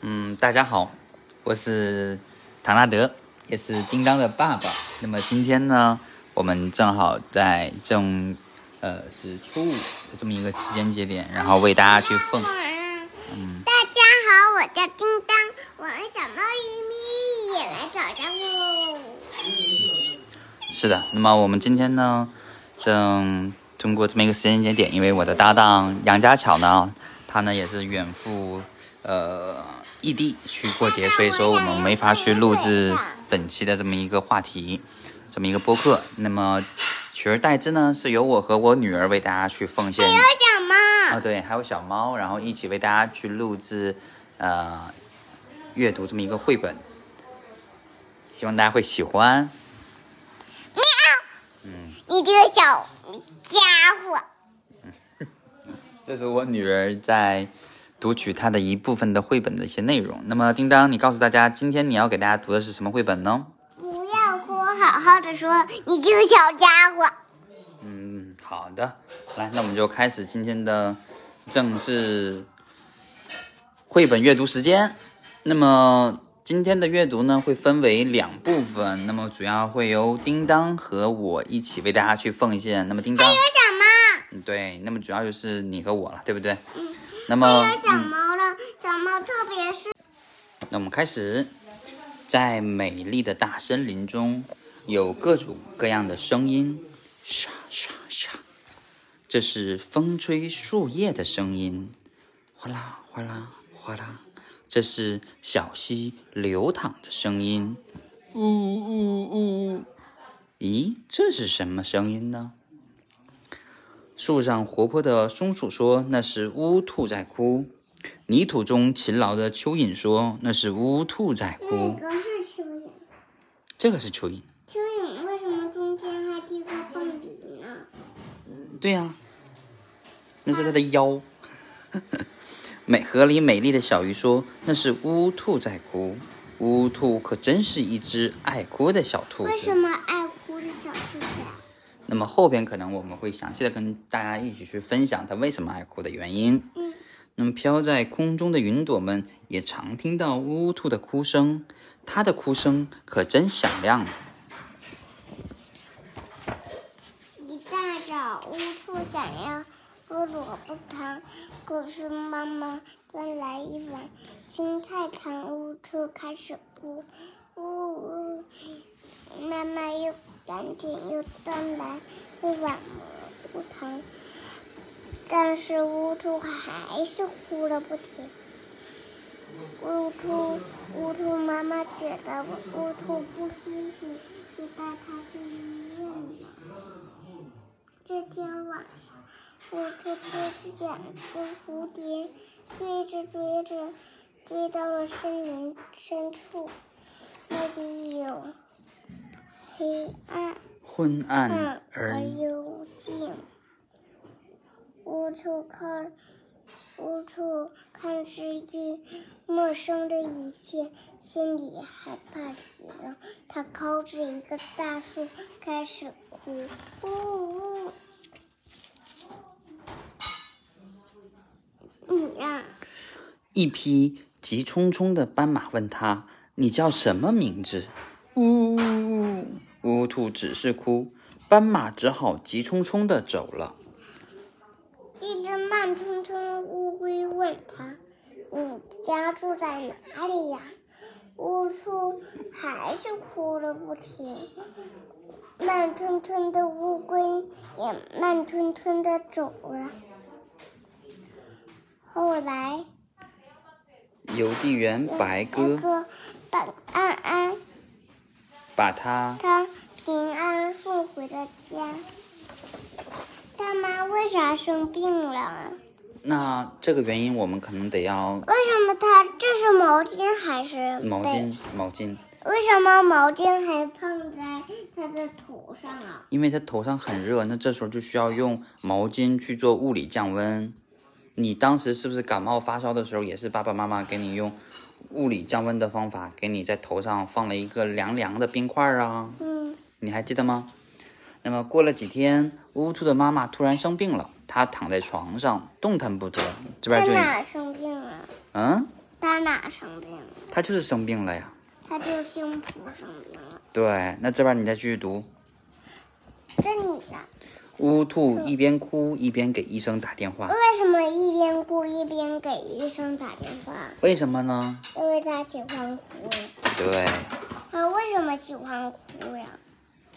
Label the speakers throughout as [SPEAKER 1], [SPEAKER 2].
[SPEAKER 1] 嗯，大家好，我是唐纳德，也是叮当的爸爸。那么今天呢，我们正好在正呃是初五的这么一个时间节点，然后为大家去奉嗯
[SPEAKER 2] 大家好，我叫叮当，我是小猫咪咪，也来找家务。
[SPEAKER 1] 是的，那么我们今天呢，正通过这么一个时间节点，因为我的搭档杨家巧呢，她呢也是远赴呃异地去过节，所以说我们没法去录制本期的这么一个话题，这么一个播客。那么取而代之呢，是由我和我女儿为大家去奉献
[SPEAKER 2] 还有哎小猫，
[SPEAKER 1] 啊，对，还有小猫，然后一起为大家去录制呃阅读这么一个绘本，希望大家会喜欢。
[SPEAKER 2] 喵。你这个小家伙，
[SPEAKER 1] 这是我女儿在读取她的一部分的绘本的一些内容。那么，叮当，你告诉大家，今天你要给大家读的是什么绘本呢？
[SPEAKER 2] 不要跟我好好的说，你这个小家伙。哎
[SPEAKER 1] 嗯，好的，来，那我们就开始今天的正式绘本阅读时间。那么今天的阅读呢，会分为两部分，那么主要会由叮当和我一起为大家去奉献。那么叮当，
[SPEAKER 2] 还有小猫，
[SPEAKER 1] 嗯对，那么主要就是你和我了，对不对？那么，
[SPEAKER 2] 还有哎小
[SPEAKER 1] 嗯。
[SPEAKER 2] 猫了，小猫特别是
[SPEAKER 1] 那我们开始，在美丽的大森林中，有各种各样的声音，沙沙沙，这是风吹树叶的声音，哗啦哗啦哗啦，这是小溪流淌的声音，呜呜呜。咦，这是什么声音呢？树上活泼的松鼠说：“那是乌兔在哭。”泥土中勤劳的蚯蚓说：“那是乌兔在
[SPEAKER 2] 那
[SPEAKER 1] 哭。
[SPEAKER 2] 个是蚯蚓，”
[SPEAKER 1] 这个是蚯蚓。
[SPEAKER 2] 蚯蚓为什么中间还系个蹦迪呢？
[SPEAKER 1] 对呀、那是它的腰。 美河里美丽的小鱼说：“那是乌兔在哭。”乌兔可真是一只爱哭的小兔
[SPEAKER 2] 为
[SPEAKER 1] 子。
[SPEAKER 2] 什么爱哭的小兔子啊？
[SPEAKER 1] 那么后边可能我们会详细的跟大家一起去分享它为什么爱哭的原因。
[SPEAKER 2] 嗯，
[SPEAKER 1] 那么飘在空中的云朵们也常听到乌兔的哭声，它的哭声可真响亮。
[SPEAKER 2] 一大早，乌兔想要喝萝卜汤，可是妈妈端来一碗青菜汤，乌兔开始哭，呜呜。妈妈又赶紧又端来一碗蘑菇汤，但是乌兔还是哭了不停。乌兔，乌兔妈妈觉得乌兔不舒服，就带它去医院了。这天晚上，我兔追着两只蝴蝶，追着追着，追到了森林深处，那里有黑暗
[SPEAKER 1] 昏暗而
[SPEAKER 2] 而幽静。乌兔看，乌兔看世界陌生的一切，心里害怕极了。它靠着一个大树开始哭，呜呜。你呀、
[SPEAKER 1] 一匹急匆匆的斑马问他：“你叫什么名字？”呜呜呜！兔只是哭，斑马只好急匆匆的走了。
[SPEAKER 2] 一只慢吞吞的乌龟问他：“你家住在哪里呀？”乌兔还是哭了不停。慢吞吞的乌龟也慢吞吞的走了。后来，
[SPEAKER 1] 邮递员白
[SPEAKER 2] 那
[SPEAKER 1] 鸽
[SPEAKER 2] 个本安安
[SPEAKER 1] 把它
[SPEAKER 2] 嗯他平安送回了家。大妈为啥生病了？啊
[SPEAKER 1] 那这个原因，我们可能得要
[SPEAKER 2] 为什么他这是毛巾还是
[SPEAKER 1] 毛
[SPEAKER 2] 被
[SPEAKER 1] 巾毛巾，
[SPEAKER 2] 为什么毛巾还碰在他的头上啊？
[SPEAKER 1] 因为它头上很热，那这时候就需要用毛巾去做物理降温。你当时是不是感冒发烧的时候，也是爸爸妈妈给你用物理降温的方法，给你在头上放了一个凉凉的冰块啊？
[SPEAKER 2] 嗯，
[SPEAKER 1] 你还记得吗？那么过了几天，乌兔的妈妈突然生病了，她躺在床上动弹不得。这边
[SPEAKER 2] 在
[SPEAKER 1] 就
[SPEAKER 2] 哪儿生病了？
[SPEAKER 1] 嗯，
[SPEAKER 2] 他哪生病了？
[SPEAKER 1] 他就是生病了呀。
[SPEAKER 2] 他就胸脯生病啊了。
[SPEAKER 1] 对，那这边你再继续读。
[SPEAKER 2] 这你的。
[SPEAKER 1] 乌兔一边哭一边给医生打电话，
[SPEAKER 2] 为什么一边哭一边给医生打电话？
[SPEAKER 1] 为什么呢？
[SPEAKER 2] 因为他喜欢哭。
[SPEAKER 1] 对，
[SPEAKER 2] 他为什么喜欢哭呀？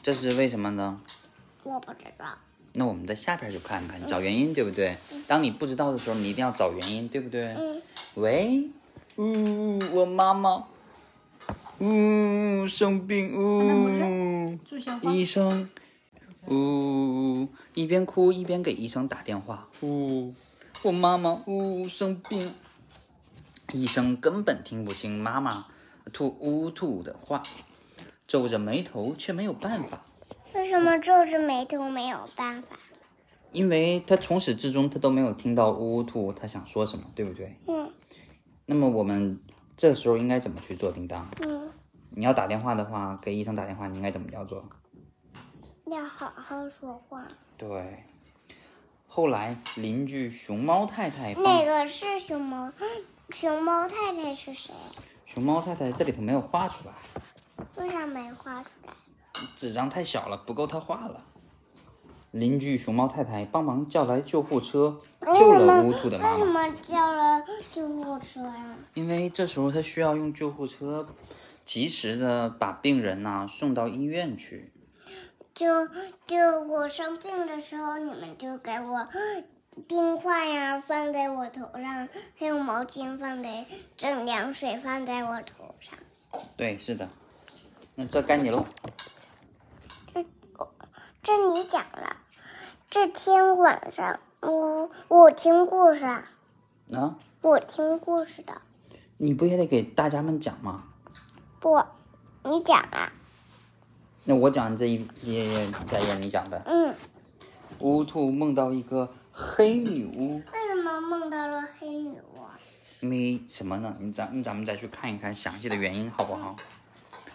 [SPEAKER 1] 这是为什么呢？
[SPEAKER 2] 我不知道。
[SPEAKER 1] 那我们在下边就看看，找原因，对不对？当你不知道的时候，你一定要找原因，对不对？
[SPEAKER 2] 嗯，
[SPEAKER 1] 喂，呜、我妈妈，呜、生病，呜、
[SPEAKER 3] 住校花
[SPEAKER 1] 医生，呜、一边哭一边给医生打电话，呜、我妈妈，呜、生病，医生根本听不清妈妈兔呜兔的话，皱着眉头却没有办法，
[SPEAKER 2] 为什么皱着眉头没有办法？
[SPEAKER 1] 因为他从始至终他都没有听到呜呜兔他想说什么，对不对？
[SPEAKER 2] 嗯
[SPEAKER 1] 那么我们这时候应该怎么去做？叮当，
[SPEAKER 2] 嗯，
[SPEAKER 1] 你要打电话的话，给医生打电话，你应该怎么要做？
[SPEAKER 2] 要好好说话。
[SPEAKER 1] 对。后来邻居熊猫太太帮，
[SPEAKER 2] 哪个是熊猫？熊猫太太是谁？
[SPEAKER 1] 熊猫太太这里头没有画出来，
[SPEAKER 2] 为啥没画出来？
[SPEAKER 1] 纸张太小了，不够她画了。邻居熊猫太太帮忙叫来救护车，
[SPEAKER 2] 为
[SPEAKER 1] 救
[SPEAKER 2] 什么
[SPEAKER 1] 了乌兔的妈
[SPEAKER 2] 为什
[SPEAKER 1] 妈。
[SPEAKER 2] 么叫了救护车呀、
[SPEAKER 1] 因为这时候她需要用救护车，及时的把病人呐、送到医院去。
[SPEAKER 2] 就就我生病的时候，你们就给我冰块呀、放在我头上，还有毛巾放在整凉水放在我头上。
[SPEAKER 1] 对，是的。那这该你喽。
[SPEAKER 2] 这你讲了。这天晚上，我我听故事，啊，
[SPEAKER 1] 啊，
[SPEAKER 2] 我听故事的。
[SPEAKER 1] 你不也得给大家们讲吗？
[SPEAKER 2] 不，你讲啊。
[SPEAKER 1] 那我讲这一页页，再页你讲呗。
[SPEAKER 2] 嗯。
[SPEAKER 1] 乌兔梦到一个黑女巫，
[SPEAKER 2] 为什么梦到了黑女巫啊？
[SPEAKER 1] 因为什么呢？你咱咱们再去看一看详细的原因，好不好？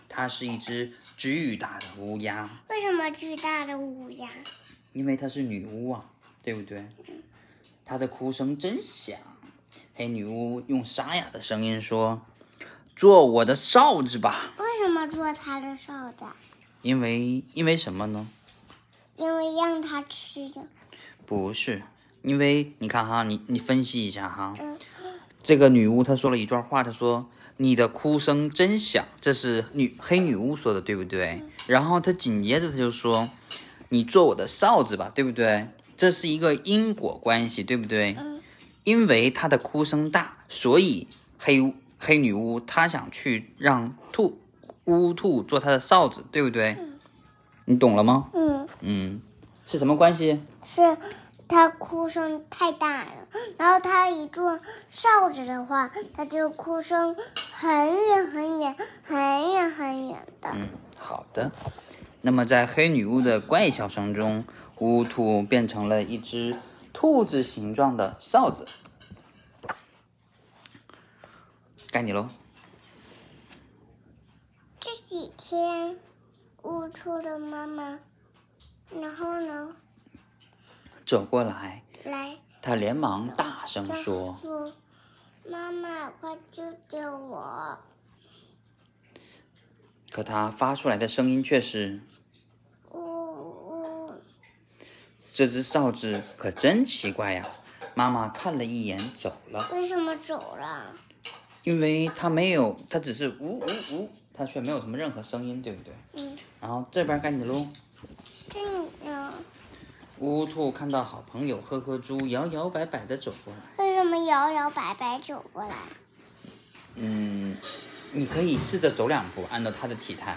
[SPEAKER 1] 它是一只巨大的乌鸦，
[SPEAKER 2] 为什么巨大的乌鸦？
[SPEAKER 1] 因为她是女巫啊，对不对？她的哭声真响。黑女巫用沙哑的声音说：“做我的哨子吧，
[SPEAKER 2] 为什么做它的哨子啊？
[SPEAKER 1] 因为因为什么呢？
[SPEAKER 2] 因为让它吃的。
[SPEAKER 1] 不是，因为你看哈，你你分析一下哈，
[SPEAKER 2] 嗯
[SPEAKER 1] 这个女巫她说了一段话，她说你的哭声真响，这是女黑女巫说的，对不对？
[SPEAKER 2] 嗯
[SPEAKER 1] 然后她紧接着她就说，你做我的哨子吧，对不对？这是一个因果关系，对不对？
[SPEAKER 2] 嗯
[SPEAKER 1] 因为她的哭声大，所以黑巫黑女巫她想去让兔乌兔做她的哨子，对不对？你懂了吗？
[SPEAKER 2] 嗯。
[SPEAKER 1] 嗯，是什么关系？
[SPEAKER 2] 是它哭声太大了，然后它一做哨子的话，它就哭声很远很远很远很远的。
[SPEAKER 1] 嗯，好的。那么在黑女巫的怪笑声中，乌兔变成了一只兔子形状的哨子。该你喽。
[SPEAKER 2] 这几天，乌兔的妈妈，然后呢，
[SPEAKER 1] 走过来，
[SPEAKER 2] 来
[SPEAKER 1] 他连忙大声
[SPEAKER 2] 张
[SPEAKER 1] 说
[SPEAKER 2] 说：“妈妈，快救救我！”，
[SPEAKER 1] 可他发出来的声音却是：
[SPEAKER 2] 呜呜，
[SPEAKER 1] 这只哨子可真奇怪呀、妈妈看了一眼，走了，
[SPEAKER 2] 为什么走了？
[SPEAKER 1] 因为它没有，它只是呜呜呜，它却没有什么任何声音，对不对？
[SPEAKER 2] 嗯，
[SPEAKER 1] 然后这边该你喽。
[SPEAKER 2] 这你呢？
[SPEAKER 1] 乌兔看到好朋友呵呵猪摇摇摆摆地走过来，
[SPEAKER 2] 为什么摇摇摆摆走过来？
[SPEAKER 1] 嗯，你可以试着走两步，按照它的体态，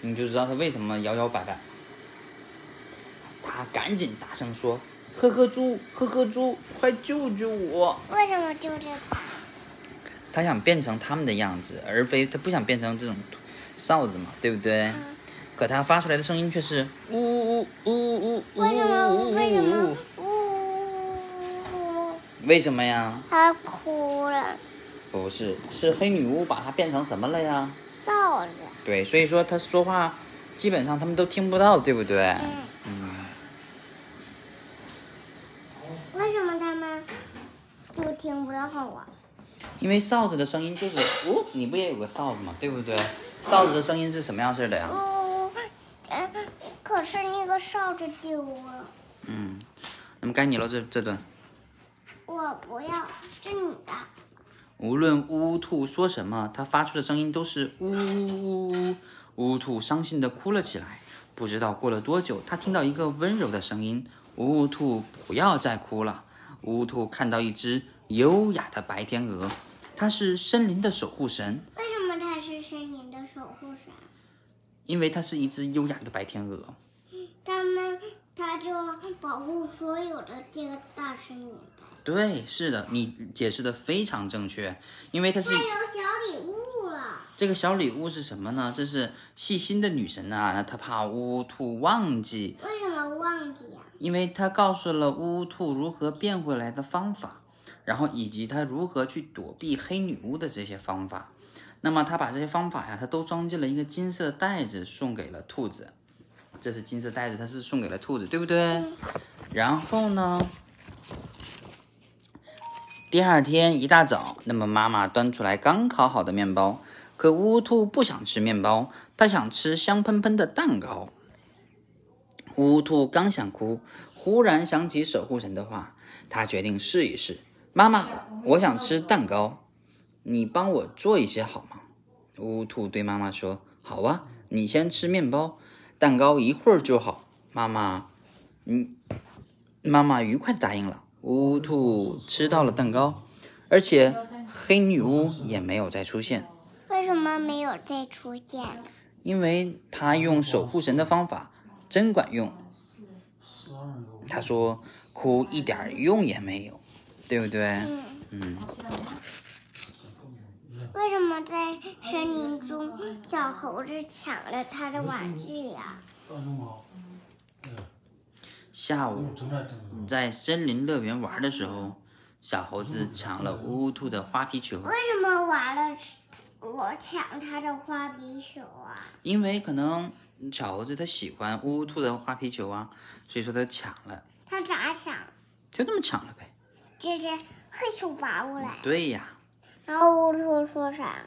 [SPEAKER 1] 你就知道它为什么摇摇摆摆。它赶紧大声说：“呵呵猪，呵呵猪，快救救我
[SPEAKER 2] 为什么就这个？！”
[SPEAKER 1] 它想变成他们的样子，而非它不想变成这种哨子嘛，对不对？
[SPEAKER 2] 嗯
[SPEAKER 1] 可它发出来的声音却是呜呜呜呜呜呜
[SPEAKER 2] 为什么？
[SPEAKER 1] 呜
[SPEAKER 2] 为什
[SPEAKER 1] 呜
[SPEAKER 2] 么
[SPEAKER 1] 呜，？
[SPEAKER 2] 呜，
[SPEAKER 1] 为什么呀？
[SPEAKER 2] 他哭了，
[SPEAKER 1] 不是，是黑女巫把它变成什么了呀？
[SPEAKER 2] 臊子。
[SPEAKER 1] 对，所以说他说话基本上他们都听不到，对不对？
[SPEAKER 2] 嗯。为什么他们就听不到我？
[SPEAKER 1] 因为哨子的声音就是呜、你不也有个哨子吗？对不对？哨子的声音是什么样式的呀？
[SPEAKER 2] 哦，嗯，可是那个哨子丢了，
[SPEAKER 1] 嗯，那么该你了，这这段。
[SPEAKER 2] 我不要，是你的。
[SPEAKER 1] 无论乌兔说什么，它发出的声音都是呜呜呜。乌兔伤心地哭了起来。不知道过了多久，它听到一个温柔的声音：“乌兔，不要再哭了。”乌兔看到一只优雅的白天鹅，它是森林的守护神，
[SPEAKER 2] 为什么它是森林的守护神？
[SPEAKER 1] 因为它是一只优雅的白天鹅。
[SPEAKER 2] 他们他就保护所有的这个大森林呗。
[SPEAKER 1] 对，是的，你解释的非常正确，因为它是
[SPEAKER 2] 还有小礼物了，
[SPEAKER 1] 这个小礼物是什么呢？这是细心的女神啊，那她怕乌兔忘记，
[SPEAKER 2] 为什么忘记啊？
[SPEAKER 1] 因为他告诉了乌兔如何变回来的方法，然后以及他如何去躲避黑女巫的这些方法。那么他把这些方法呀，他都装进了一个金色袋子，送给了兔子。这是金色袋子，它是送给了兔子，对不对？然后呢，第二天一大早，那么妈妈端出来刚烤好的面包，可乌兔不想吃面包，它想吃香喷喷的蛋糕。乌兔刚想哭，忽然想起守护神的话，他决定试一试。妈妈，我想吃蛋糕，你帮我做一些好吗？乌兔对妈妈说：“好啊，你先吃面包，蛋糕一会儿就好。”妈妈，嗯，妈妈愉快地答应了。乌兔吃到了蛋糕，而且黑女巫也没有再出现。
[SPEAKER 2] 为什么没有再出现了？
[SPEAKER 1] 因为他用守护神的方法真管用。他说哭一点儿用也没有，对不对？嗯，
[SPEAKER 2] 为什么在森林中小猴子抢了他的玩具啊呀、
[SPEAKER 1] 下午在森林乐园玩的时候，小猴子抢了乌兔的花皮球，
[SPEAKER 2] 为什么玩了我抢他的花皮球啊？
[SPEAKER 1] 因为可能小猴子他喜欢乌兔的花皮球啊，所以说他抢了，
[SPEAKER 2] 他咋抢？
[SPEAKER 1] 就这么抢了呗。
[SPEAKER 2] 直接黑手拔过来。
[SPEAKER 1] 对呀。
[SPEAKER 2] 嗯然后乌兔说啥？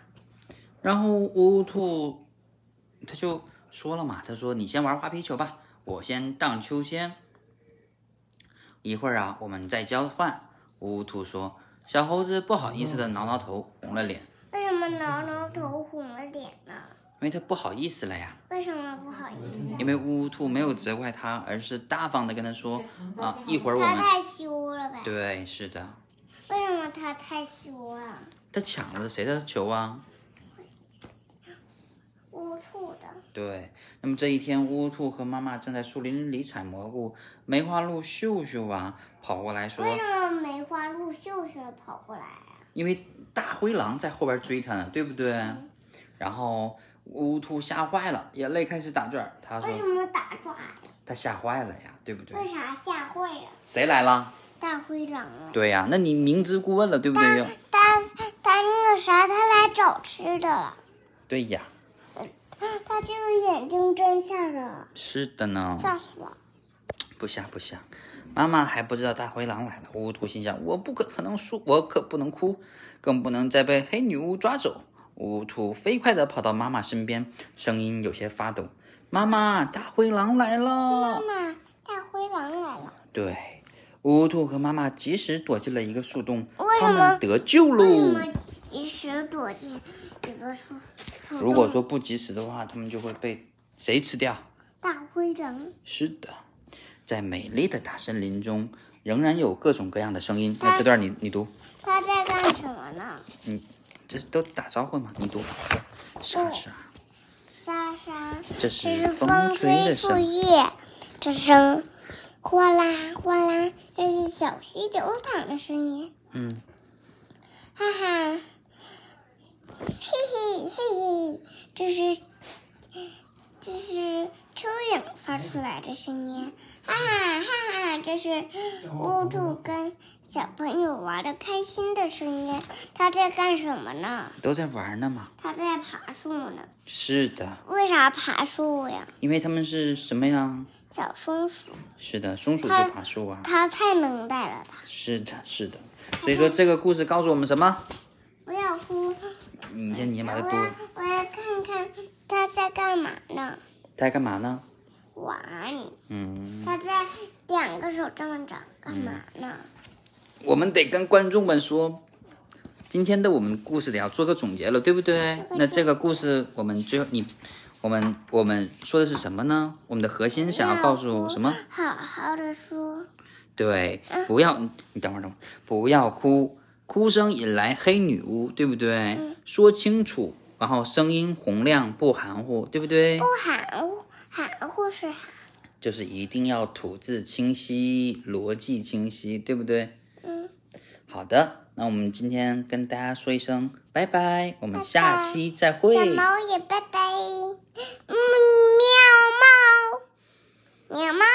[SPEAKER 1] 然后乌兔他就说了嘛，他说你先玩花皮球吧，我先荡秋千。一会儿啊，我们再交换。乌兔说，小猴子不好意思的挠挠头，红了脸，
[SPEAKER 2] 为什么挠挠头红了脸呢？
[SPEAKER 1] 因为他不好意思了呀。
[SPEAKER 2] 为什么不好意思？
[SPEAKER 1] 因为乌兔没有责怪他，而是大方的跟他说啊，一会儿我
[SPEAKER 2] 嗯他
[SPEAKER 1] 们
[SPEAKER 2] 太羞了呗？
[SPEAKER 1] 对，是的，
[SPEAKER 2] 为什么他太羞了？
[SPEAKER 1] 他抢了谁的球啊？
[SPEAKER 2] 乌兔的。
[SPEAKER 1] 对，那么这一天，乌兔和妈妈正在树林里采蘑菇，梅花鹿秀秀啊跑过来说，
[SPEAKER 2] 为什么梅花鹿秀秀跑过来啊？
[SPEAKER 1] 因为大灰狼在后边追他呢，对不对？
[SPEAKER 2] 嗯
[SPEAKER 1] 然后乌兔吓坏了，眼泪开始打转儿。他
[SPEAKER 2] 为什
[SPEAKER 1] 说
[SPEAKER 2] 么打转呀？
[SPEAKER 1] 他吓坏了呀，对不对？
[SPEAKER 2] 为啥吓坏了
[SPEAKER 1] 谁来了？
[SPEAKER 2] 大灰狼啊？
[SPEAKER 1] 对呀、那你明知故问了，对不对？
[SPEAKER 2] 他他那个啥，他来找吃的了。
[SPEAKER 1] 对呀，
[SPEAKER 2] 他这个眼睛真吓人，
[SPEAKER 1] 是的呢，
[SPEAKER 2] 吓死了。
[SPEAKER 1] 不吓不吓。妈妈还不知道大灰狼来了，乌兔心想：我不可可能输，我可不能哭，更不能再被黑女巫抓走。乌兔飞快地跑到妈妈身边，声音有些发抖：“妈妈，大灰狼来了！”
[SPEAKER 2] 妈哎妈，大灰狼来了。
[SPEAKER 1] 对，乌兔和妈妈及时躲进了一个树洞，
[SPEAKER 2] 为什
[SPEAKER 1] 他
[SPEAKER 2] 么
[SPEAKER 1] 们得救
[SPEAKER 2] 为什
[SPEAKER 1] 喽。
[SPEAKER 2] 么及时躲进一个树树洞？
[SPEAKER 1] 如果说不及时的话，他们就会被谁吃掉？
[SPEAKER 2] 大灰狼，
[SPEAKER 1] 是的，在美丽的大森林中，仍然有各种各样的声音。那这段你你读，
[SPEAKER 2] 他在干什么呢？
[SPEAKER 1] 这都打招呼嘛，你读。啥啥？
[SPEAKER 2] 沙沙，
[SPEAKER 1] 哦这
[SPEAKER 2] 这
[SPEAKER 1] 是
[SPEAKER 2] 是
[SPEAKER 1] 风
[SPEAKER 2] 风
[SPEAKER 1] 吹
[SPEAKER 2] 吹
[SPEAKER 1] 的
[SPEAKER 2] 树
[SPEAKER 1] 声音。
[SPEAKER 2] 叶的声，哗啦哗啦，这是小溪流淌的声音。
[SPEAKER 1] 嗯，
[SPEAKER 2] 哈哈，嘿嘿嘿嘿，这是这是蚯蚓发出来的声音，哈哈哈哈，这是乌兔跟小朋友玩的开心的声音。它在干什么呢？
[SPEAKER 1] 都在玩呢嘛。
[SPEAKER 2] 它在爬树呢。
[SPEAKER 1] 是的，
[SPEAKER 2] 为啥爬树呀？
[SPEAKER 1] 因为他们是什么呀？
[SPEAKER 2] 小松鼠，
[SPEAKER 1] 是的，松鼠
[SPEAKER 2] 它
[SPEAKER 1] 会爬树啊。
[SPEAKER 2] 它太能带了它。
[SPEAKER 1] 是的，是的。所以说这个故事告诉我们什么？
[SPEAKER 2] 不要哭，
[SPEAKER 1] 你先，你先
[SPEAKER 2] 我
[SPEAKER 1] 把它
[SPEAKER 2] 要
[SPEAKER 1] 嘟。
[SPEAKER 2] 我要看看他在干嘛呢？
[SPEAKER 1] 它在干嘛呢？
[SPEAKER 2] 玩你，
[SPEAKER 1] 嗯，
[SPEAKER 2] 他在两个手这么长干嘛呢？
[SPEAKER 1] 嗯我们得跟观众们说，今天的我们故事得要做个总结了，对不对？那这个故事我们最后你，我们我们说的是什么呢？我们的核心想要告诉什么？
[SPEAKER 2] 好好的说，
[SPEAKER 1] 对，
[SPEAKER 2] 嗯
[SPEAKER 1] 不要你等会儿等会儿，不要哭，哭声引来黑女巫，对不对？
[SPEAKER 2] 嗯
[SPEAKER 1] 说清楚，然后声音洪亮不含糊，对不对？
[SPEAKER 2] 不含糊，含糊是含，
[SPEAKER 1] 就是一定要吐字清晰，逻辑清晰，对不对？
[SPEAKER 2] 嗯，
[SPEAKER 1] 好的，那我们今天跟大家说一声拜拜，我们
[SPEAKER 2] 拜
[SPEAKER 1] 下
[SPEAKER 2] 拜
[SPEAKER 1] 期再会。
[SPEAKER 2] 小猫也拜拜，嗯，喵猫，喵猫。